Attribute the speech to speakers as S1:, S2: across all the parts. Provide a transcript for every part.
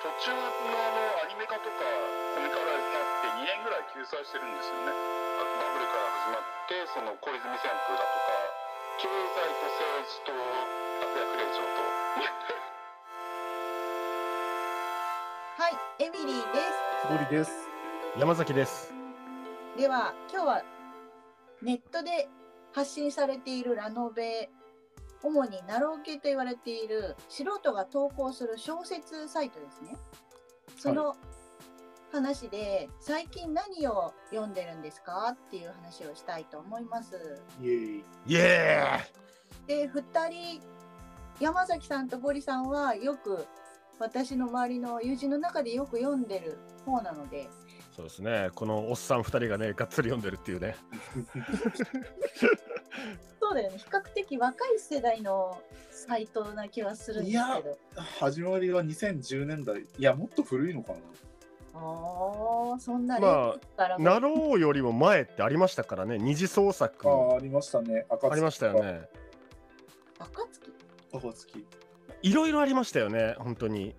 S1: 途中のあのアニメ化とかコミカル化になって2年ぐらい休載してるんですよねあバブルから始まってその小泉旋風だとか経済と政治と悪役令嬢と
S2: はい、エミリーで
S3: ゴリです。
S4: 山崎です。
S2: す。では、今日はネットで発信されているラノベ、主にナロー系と言われている素人が投稿する小説サイトですね。その話で、最近何を読んでるんですかっていう話をしたいと思います。
S3: イエーイ。
S4: イエ
S2: で、2人、山崎さんとゴリさんはよく私の周りの友人の中でよく読んでる方なので、
S4: ーイそうですね、このおっさん2人がね、がっつり読んでるっていうね。
S2: そうだよね比較的若い世代のサイトな気はするんですけど
S3: 始まりは2010年代。いや、もっと古いのかな。
S2: ああそんなレ
S4: まあ
S2: ッから
S4: なろうよりも前ってありましたからね、二次創作
S3: ああ、ありましたね。赤
S4: ありましたよ。ね。
S2: 暁
S3: 赤月。
S4: いろいろありましたよね、本当に。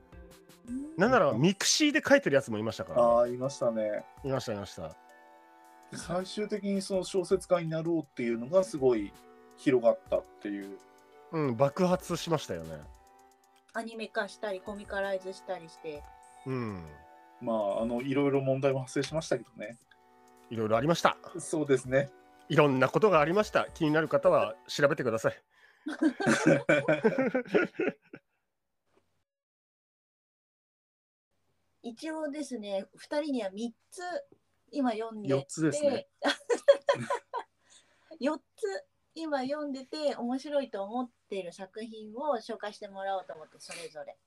S2: うん
S4: なんならミクシーで書いてるやつもいましたから、
S3: ああ、いましたね。
S4: いました、いました。
S3: 最終的にその小説家になろうっていうのがすごい広がったっていう。
S4: うん、爆発しましたよね。
S2: アニメ化したりコミカライズしたりして
S4: うん、
S3: まあ、あの、いろいろ問題も発生しましたけどね。
S4: いろいろありました。
S3: そうですね。
S4: いろんなことがありました。気になる方は調べてください。
S2: 一応ですね2人には3つ今読んで
S3: 4つですね。
S2: 4つ今読んでて面白いと思っている作品を紹介してもらおうと思ってそれぞれ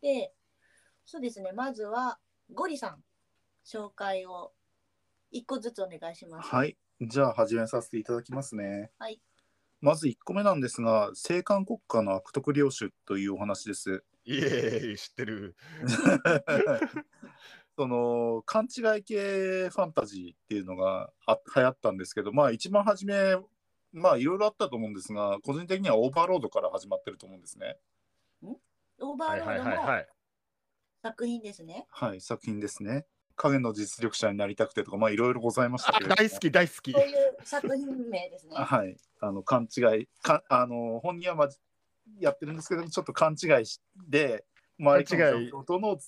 S2: でそうですねまずはゴリさん紹介を1個ずつお願いします
S3: はい。じゃあ始めさせていただきますね。
S2: はい
S3: まず1個目なんですが、青函国家の悪徳領主というお話です。
S4: イエーイ、知ってる。
S3: その勘違い系ファンタジーっていうのがあ流行ったんですけど、まあ一番初め、まあいろいろあったと思うんですが、個人的にはオーバーロードから始まってると思うんですね。
S2: オーバー
S4: はい
S2: ロ
S4: はい
S2: ード
S4: はい
S2: の
S4: はい。
S2: 作品ですね。
S3: はい、作品ですね。影の実力者になりたくてとか、まあいろいろございました
S4: あ
S3: けれども。
S4: 大好き、大好き
S2: こ。ういう作品名ですね。
S3: はい、あの勘違いかあの本人は、ま、やってるんですけどちょっと勘違いしで周りと
S4: 勘違
S3: の
S4: い
S3: 状況との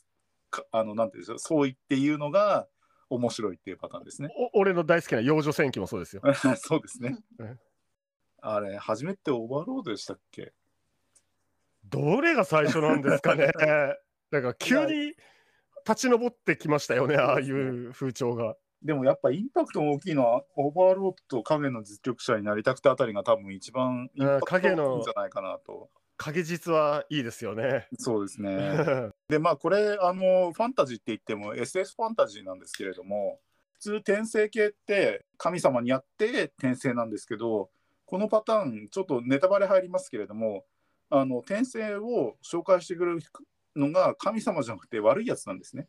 S3: かあのなんていうんでしょう相違っていうのが面白いっていうパターンですね。
S4: お俺の大好きな幼女戦記もそうですよ。
S3: そうですね
S4: うん。
S3: あれ初めてオーバーロードでしたっけ
S4: どれが最初なんですか ね。だから急に立ち上ってきましたよね、ああいう風潮が。
S3: でもやっぱインパクトも大きいのはオーバーロードと影の実力者になりたくてあたりが多分一番インパクトが大きいんじゃないかなと。
S4: 影実はいいですよね。
S3: そうですね。 でまあこれあのファンタジーって言っても SF ファンタジーなんですけれども普通転生系って神様にあって転生なんですけどこのパターンちょっとネタバレ入りますけれどもあの転生を紹介してくれるのが神様じゃなくて悪いやつなんですね。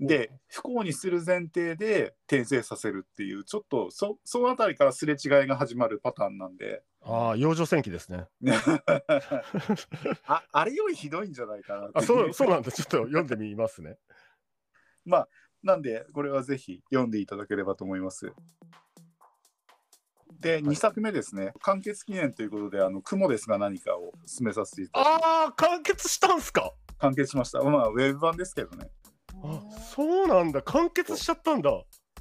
S3: で不幸にする前提で転生させるっていうちょっとそそのあたりからすれ違いが始まるパターンなんで
S4: ああ、幼女戦記ですね。
S3: ああれよりひどいんじゃないかなってい
S4: あそうそうなんだ、ちょっと読んでみますね。
S3: なんで、これはぜひ読んでいただければと思います。で、2作目ですね。完結記念ということで、あの、雲ですが何かを進めさせていただきま
S4: ああ、完結したんすか
S3: す完結しました。まあ、ウェブ版ですけどね。
S4: あそうなんだ、完結しちゃったんだ。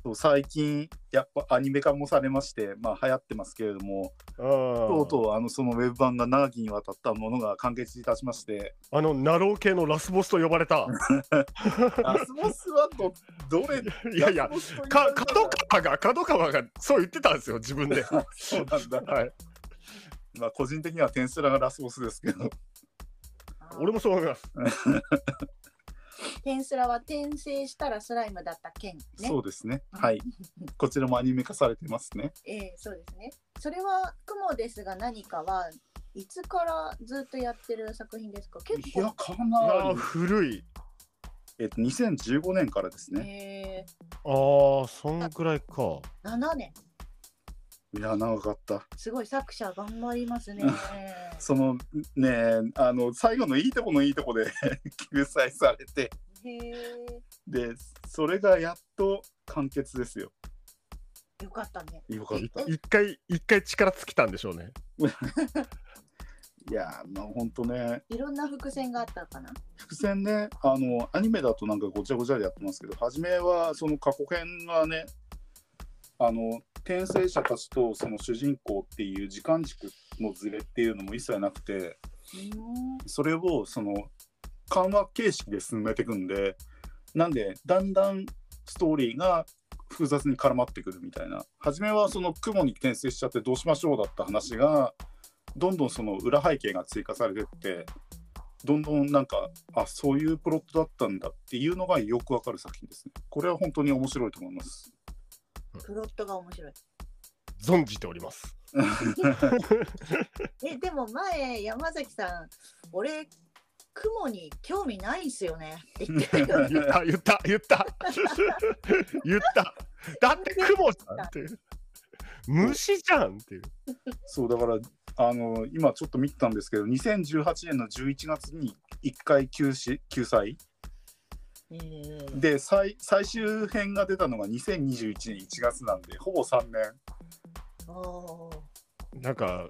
S3: そう最近、やっぱアニメ化もされまして、まあ、流行ってますけれども、と
S4: と
S3: うとう、あの、そのウェブ版が長きにわたったものが完結いたしまして、
S4: あの、ナロー系のラスボスと呼ばれ た。
S3: ラスボスはど、どれ、
S4: いやいや
S3: ラ、スボスと言われた
S4: か
S3: ら
S4: 角川が、角川がそう言ってたんですよ、自分で。
S3: そうなんだ。
S4: はい、
S3: まあ、個人的にはテンスラがラスボスですけど。
S4: 俺もそう思います。
S2: テンスラは転生したらスライムだった件ね。
S3: そうですね。はい。こちらもアニメ化されてますね。
S2: ええそうですね。それは雲ですが何かはいつからずっとやってる作品ですか。結
S3: いや
S2: 構。、
S3: か
S4: いや
S3: な
S4: ー、
S3: り。
S4: 古い。
S3: えっと、2015年からですね。
S2: ええ
S4: ああ、そんくらいか。
S2: 7年。
S3: いや長かった
S2: すごい作者頑張りますね。
S3: そのねあの最後のいいとこのいいとこで 救済されて
S2: へ
S3: でそれがやっと完結ですよ
S2: え、よかったね。
S3: よかった
S4: 一回、一回力尽きたんでしょうね。
S3: いやーまあほんとね
S2: いろんな伏線があったかな。
S3: 伏線ねあのアニメだとなんかごちゃごちゃでやってますけど初めはその過去編がねあの転生者たちとその主人公っていう時間軸のズレっていうのも一切なくて
S2: うん
S3: それをその緩和形式で進めていくんでなんでだんだんストーリーが複雑に絡まってくるみたいな初めはその雲に転生しちゃってどうしましょうだった話がどんどんその裏背景が追加されてってどんどんなんかあそういうプロットだったんだっていうのがよくわかる作品ですねこれは本当に面白いと思います
S2: プロットが面白い。
S4: 存じております。
S2: え、でも前、山崎さん、俺、雲に興味ないっすよね。って言ってたよね
S4: 言った、言った、言った。言った。 だって雲じゃんっていう。虫じゃんっていう。
S3: そうだからあの今ちょっと見てたんですけど2018年の11月に1回休止救済
S2: うん
S3: で最最終編が出たのが2021年1月なんでほぼ3年
S2: おー
S4: なんか、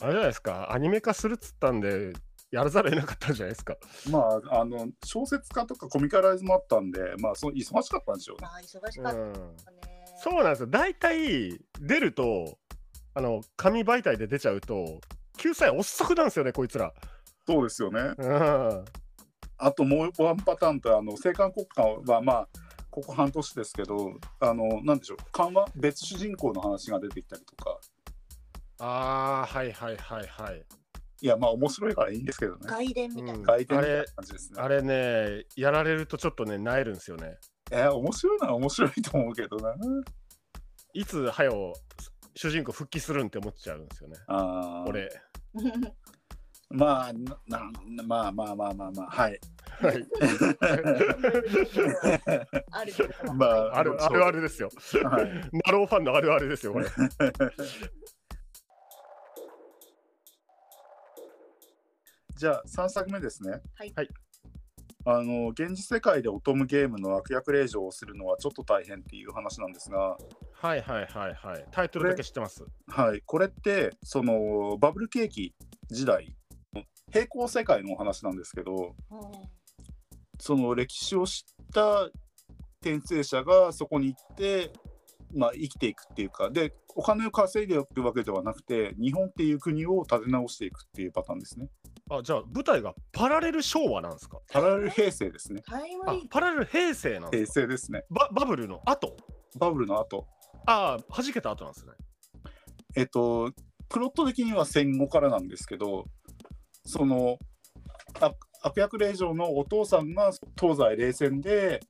S4: あれじゃないですか、アニメ化するっつったんで、やらざるを得なかったんじゃないですか。
S3: まああの小説家とかコミカライズもあったんでまあそ忙しかったんでしょうね
S2: まあ、忙し
S4: う
S2: かったね。
S4: ん、そうなんですよ、大体出ると、あの紙媒体で出ちゃうと、救済遅くなんですよね、こいつら。
S3: そうですよね
S4: うん、
S3: あともうワンパターンとあの青函国家はまあここ半年ですけどあのなんでしょう緩和別主人公の話が出てきたりとか
S4: あー、はいはいはいはい。
S3: いやまあ面白いからいいんですけどね
S2: 外伝みたいな。
S4: うん
S3: 外伝
S4: あ
S3: みたいな
S4: れ
S3: 感じですね
S4: あれね、やられるとちょっとね、なえるんですよね。
S3: えー面白いのは面白いと思うけどない
S4: つはよ主人公復帰するんって思っちゃうんですよね。
S3: あー
S4: 俺。
S3: まあななまあまあまあまあまあはい
S4: はい、
S2: あるけど
S3: まあ
S4: あるあるあるですよ。
S3: はい
S4: ナローファンのあるあるですよ、これ。
S3: じゃあ3作目ですね。
S2: はい
S4: はい
S3: あの現実世界でオトムゲームの悪役令嬢をするのはちょっと大変っていう話なんですが、
S4: はいはいはいはい。タイトルだけ知ってます。
S3: はい、これってそのバブル景気時代平行世界のお話なんですけど
S2: うん
S3: その歴史を知った転生者がそこに行って、まあ、生きていくっていうかでお金を稼いでいくわけではなくて日本っていう国を立て直していくっていうパターンですね。
S4: あ、じゃあ舞台がパラレル昭和なんですか
S3: パラレル平成ですね。
S2: タイム
S4: あ
S2: リープ
S4: パラレル平成なんで
S3: 平
S4: すか
S3: 成ですね。
S4: ババブルの後
S3: バブルの後
S4: ああ弾けた後なんですね
S3: えっと、プロット的には戦後からなんですけど、その、あ悪役令嬢のお父さんが東西冷戦で、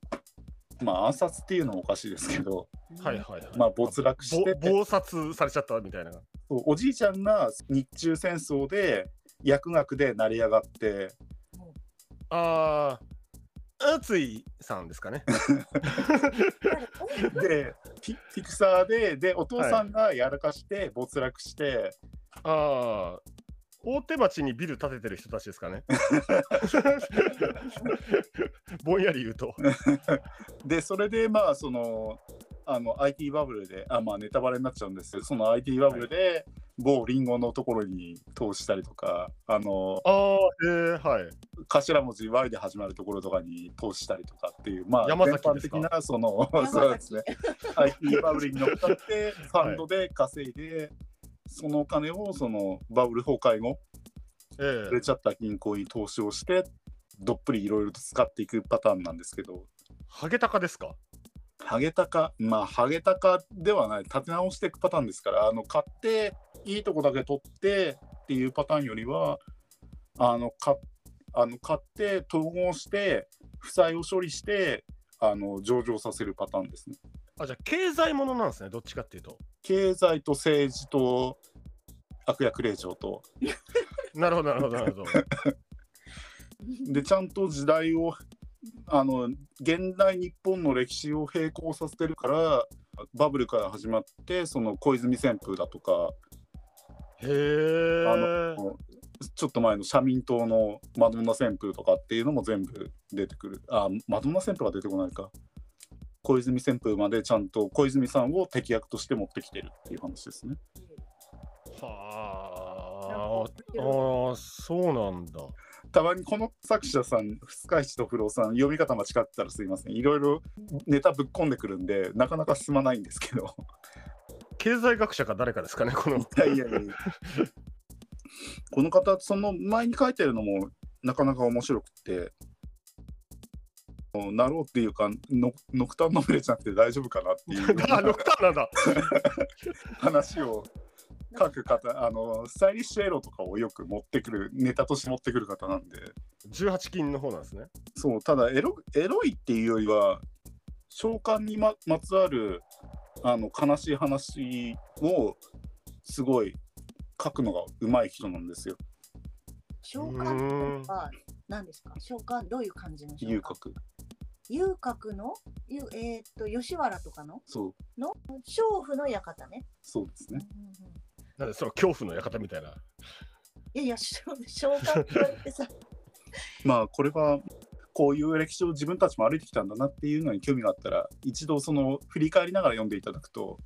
S3: まあ暗殺っていうのはおかしいですけど、
S4: はいはいはい
S3: まあ没落して
S4: ぼ暴殺されちゃったみたいな
S3: おじいちゃんが日中戦争で薬学で成り上がって、
S4: ああうついさんですかね
S3: で、ピピクサーで、で、お父さんがやらかして没落して、
S4: ああ大手町にビル建ててる人たちですかねぼんやり言うと
S3: で、それでまあ、その、あの IT バブルで、あ、まあネタバレになっちゃうんですけど、その IT バブルで、某リンゴのところに投資したりとか、あの、
S4: ああえー、はい
S3: 頭文字 Y で始まるところとかに投資したりとかっていう、まあ、
S4: 山
S3: 全
S4: 崎
S3: 般
S4: です
S3: 的
S4: か
S3: な、その、
S2: 山崎
S3: そうですね、IT バブルに 乗っかって、ファンドで稼いで、そのお金を、その、バブル崩壊後、
S4: え
S3: 売れ
S4: ー、
S3: ちゃった銀行に投資をして、どっぷりいろいろと使っていくパターンなんですけど、
S4: ハゲタカですか
S3: ハゲタカ、まあ、ハゲタカではない、立て直していくパターンですから、あの買って、いいとこだけ取ってっていうパターンよりは、あのかあの買って、統合して、負債を処理して、あの上場させるパターンですね。
S4: あじゃあ経済ものなんですねどっちかっていうと
S3: 経済と政治と悪役令嬢と、
S4: なるほどなるほどなるほど
S3: で、ちゃんと時代を、あの現代日本の歴史を並行させてるから、バブルから始まってその小泉旋風だとか
S4: へえ。
S3: あちょっと前の社民党のマドンナ旋風とかっていうのも全部出てくるあマドンナ旋風は出てこないか小泉旋風までちゃんと小泉さんを敵役として持ってきてるっていう話ですね。
S4: はあ。ああ、そうなんだ。
S3: たまにこの作者さん二日市と不老さん読み方間違ってたらすいませんいろいろネタぶっ込んでくるんでなかなか進まないんですけど
S4: 経済学者か誰かですかね、この。
S3: いやいやいやこの方その前に書いてるのもなかなか面白くてなろうっていうかのノクターンノベルじゃなくて大丈夫かなっていうよう
S4: あ、ノ
S3: な
S4: クターン なんだ。
S3: 話を書く方あのスタイリッシュエロとかをよく持ってくるネタとして持ってくる方なんで。
S4: 18金の方なんですね。
S3: そうただエロエロいっていうよりは召喚にままつわるあの悲しい話をすごい書くのがうまい人なんですよ
S2: 召喚とは何ですか召喚どういう感じの召
S3: 遊
S2: 喚
S3: 郭
S2: 遊郭のゆえーっと吉原とかの
S3: そう
S2: 娼婦の館ね、
S3: そうですね
S4: なんで、その恐怖の館みたいな。
S2: いやいや召召喚って言われてさ
S3: まあこれはこういう歴史を自分たちも歩いてきたんだなっていうのに興味があったら一度その振り返りながら読んでいただくと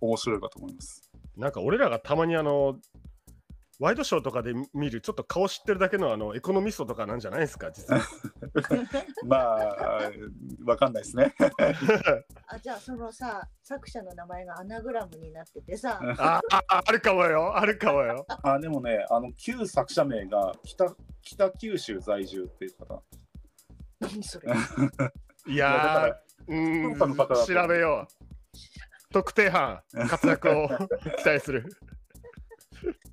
S3: 面白いかと思います
S4: なんか俺らがたまにあの、ワイドショーとかで見る、ちょっと顔知ってるだけのあのエコノミストとかなんじゃないですか、実は。
S3: まあわかんないですね
S2: あじゃあそのさ作者の名前がアナグラムになっててさ
S4: ああ、あるかもよ、あるかもよ。
S3: あでもねあの旧作者名が北北九州在住っていう方
S2: 何それ
S4: い
S3: いやだから
S4: やー、う
S3: 福岡の方だと
S4: ーん、調べよう。特定班、活躍 を期待する。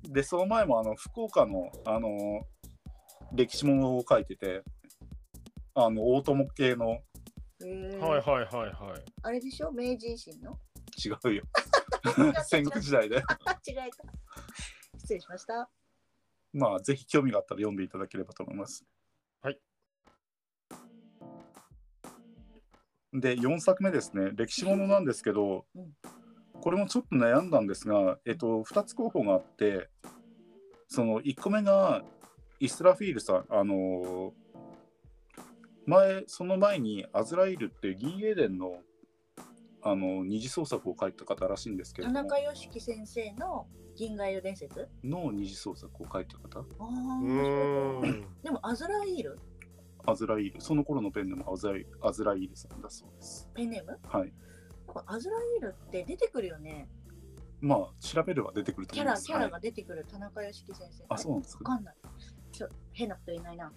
S3: でその前もあの福岡のあの歴史ものを書いててあの大友系の
S2: えー
S4: はいはいはいはい。
S2: あれでしょ明治維新の
S3: 違うよ
S2: た
S3: 戦国時代で
S2: あ違えた失礼しました
S3: まあぜひ興味があったら読んでいただければと思います
S4: はい
S3: で4作目ですね歴史ものなんですけど、
S2: うん
S3: これもちょっと悩んだんですが、えっと、2つ候補があってその1個目がイスラフィールさんあの前その前にアズライルっていう銀英伝のあの二次創作を書いた方らしいんですけれ
S2: 田
S3: ども
S2: 中良樹先生の銀河英雄伝説
S3: の二次創作を書いた方
S2: あー
S4: う
S2: 面白い
S4: ーん。
S2: でもアズライール
S3: アズライールその頃のペンネもアズライアズライールさんだそうです
S2: ペンネーム
S3: はい
S2: なんかアズライールって出てくるよね
S3: まあ調べれば出てくると
S2: キ
S3: 思
S2: ャ
S3: いま
S2: ラ
S3: す
S2: キャラ
S3: はい
S2: が出てくる田中良樹先生
S3: あそうなんです
S2: わ
S3: か
S2: かんないちょ変なこと言いないな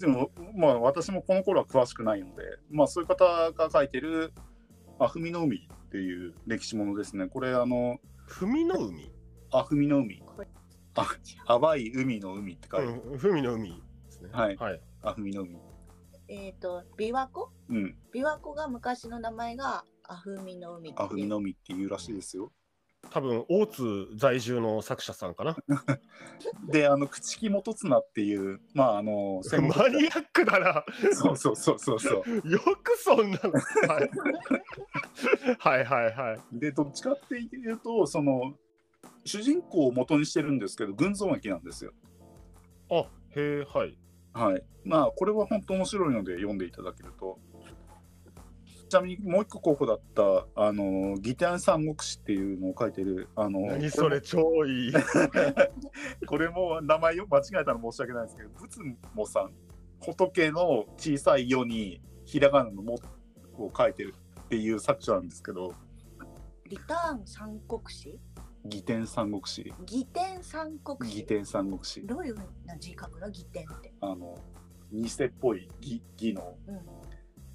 S3: でもまあ私もこの頃は詳しくないのでまあそういう方が書いてる「アフミの海」っていう歴史ものですねこれあの
S4: 文の海。
S3: 「アフミの海
S2: これ
S3: あ淡い海の海」って書いて、
S4: うん、文の海ですね。
S3: はい
S4: はい。
S3: アフミの海
S2: えっ、と琵琶湖
S3: うん
S2: 琵琶湖が昔の名前がアフミの海って
S3: アフミの海っていうらしいですよ
S4: 多分大津在住の作者さん かな。
S3: であの朽木元綱っていうまああ の
S4: マニ
S3: 国
S4: アックだな。
S3: そうそうそうそうそう
S4: よくそんなの。はい、はいはいはい。
S3: でどっちかっていうとその主人公を元にしてるんですけど群像劇なんですよ。
S4: あへえはい。
S3: はい、まあこれは本当面白いので読んでいただけると。ちなみにもう一個候補だった「あのギター三国志」っていうのを書いてるあの
S4: 何それ超 いい。
S3: これも名前を間違えたら申し訳ないですけど仏もさん仏の小さい「世」にひらがなの「も」を書いてるっていう作者なんですけど
S2: リターン三国志
S3: 「義天三国志」
S2: 義天三
S3: 「
S2: 国
S3: 義
S2: 志
S3: 天三国志」
S2: どういうふうな字書くの義天って、
S3: あの偽っぽい義義の
S2: うん、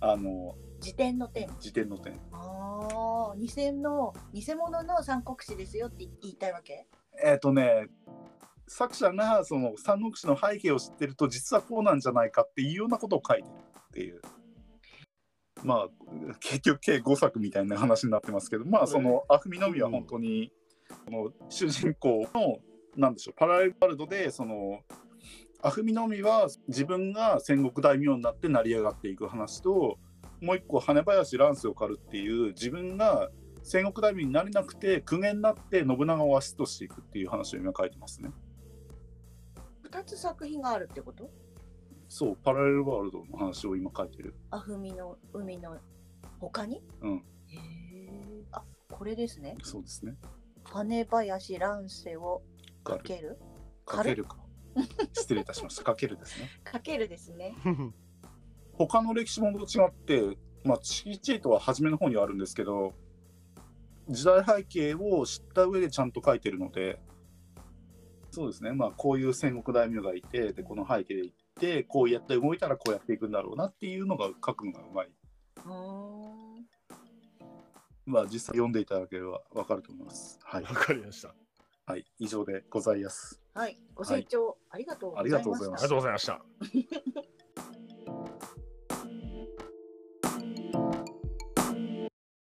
S3: あの
S2: 辞典の点
S3: 辞典の点
S2: ああ偽の偽物の三国志ですよって言いたいわけ
S3: えっ、とね作者がその三国志の背景を知ってると実はこうなんじゃないかっていうようなことを書いてるっていうまあ結局計5作みたいな話になってますけどまあそのアフミのみは本当に、その主人公のなんでしょうパラレルワールドでそのアフミのみは自分が戦国大名になって成り上がっていく話ともう一個羽林乱世を狩るっていう自分が戦国大名になれなくて公家になって信長を圧倒していくっていう話を今書いてますね。
S2: 2つ作品があるってこと
S3: そうパラレルワールドの話を今書いてる。
S2: あふみの海の他に
S3: うん
S2: へえあこれですね
S3: そうですね。
S2: 羽林乱世を
S3: か
S2: か
S3: け
S2: ける
S3: かける か。失礼いたしました。かけるですね。
S2: かけるですね
S3: 他の歴史ものと違って、まあ、チキチートは初めの方にはあるんですけど時代背景を知った上でちゃんと書いてるのでそうですねまあこういう戦国大名がいてでこの背景でいってこうやって動いたらこうやっていくんだろうなっていうのが書くのがうまい、
S2: うーん
S3: まあ、実際読んでいただければわかると思いますはい
S4: わ、かりました。
S3: はい、以上でございます
S2: はいご清聴ありがとうございました、
S3: ありがとうございま
S4: あ
S3: し
S4: り
S3: た
S4: がとうございました。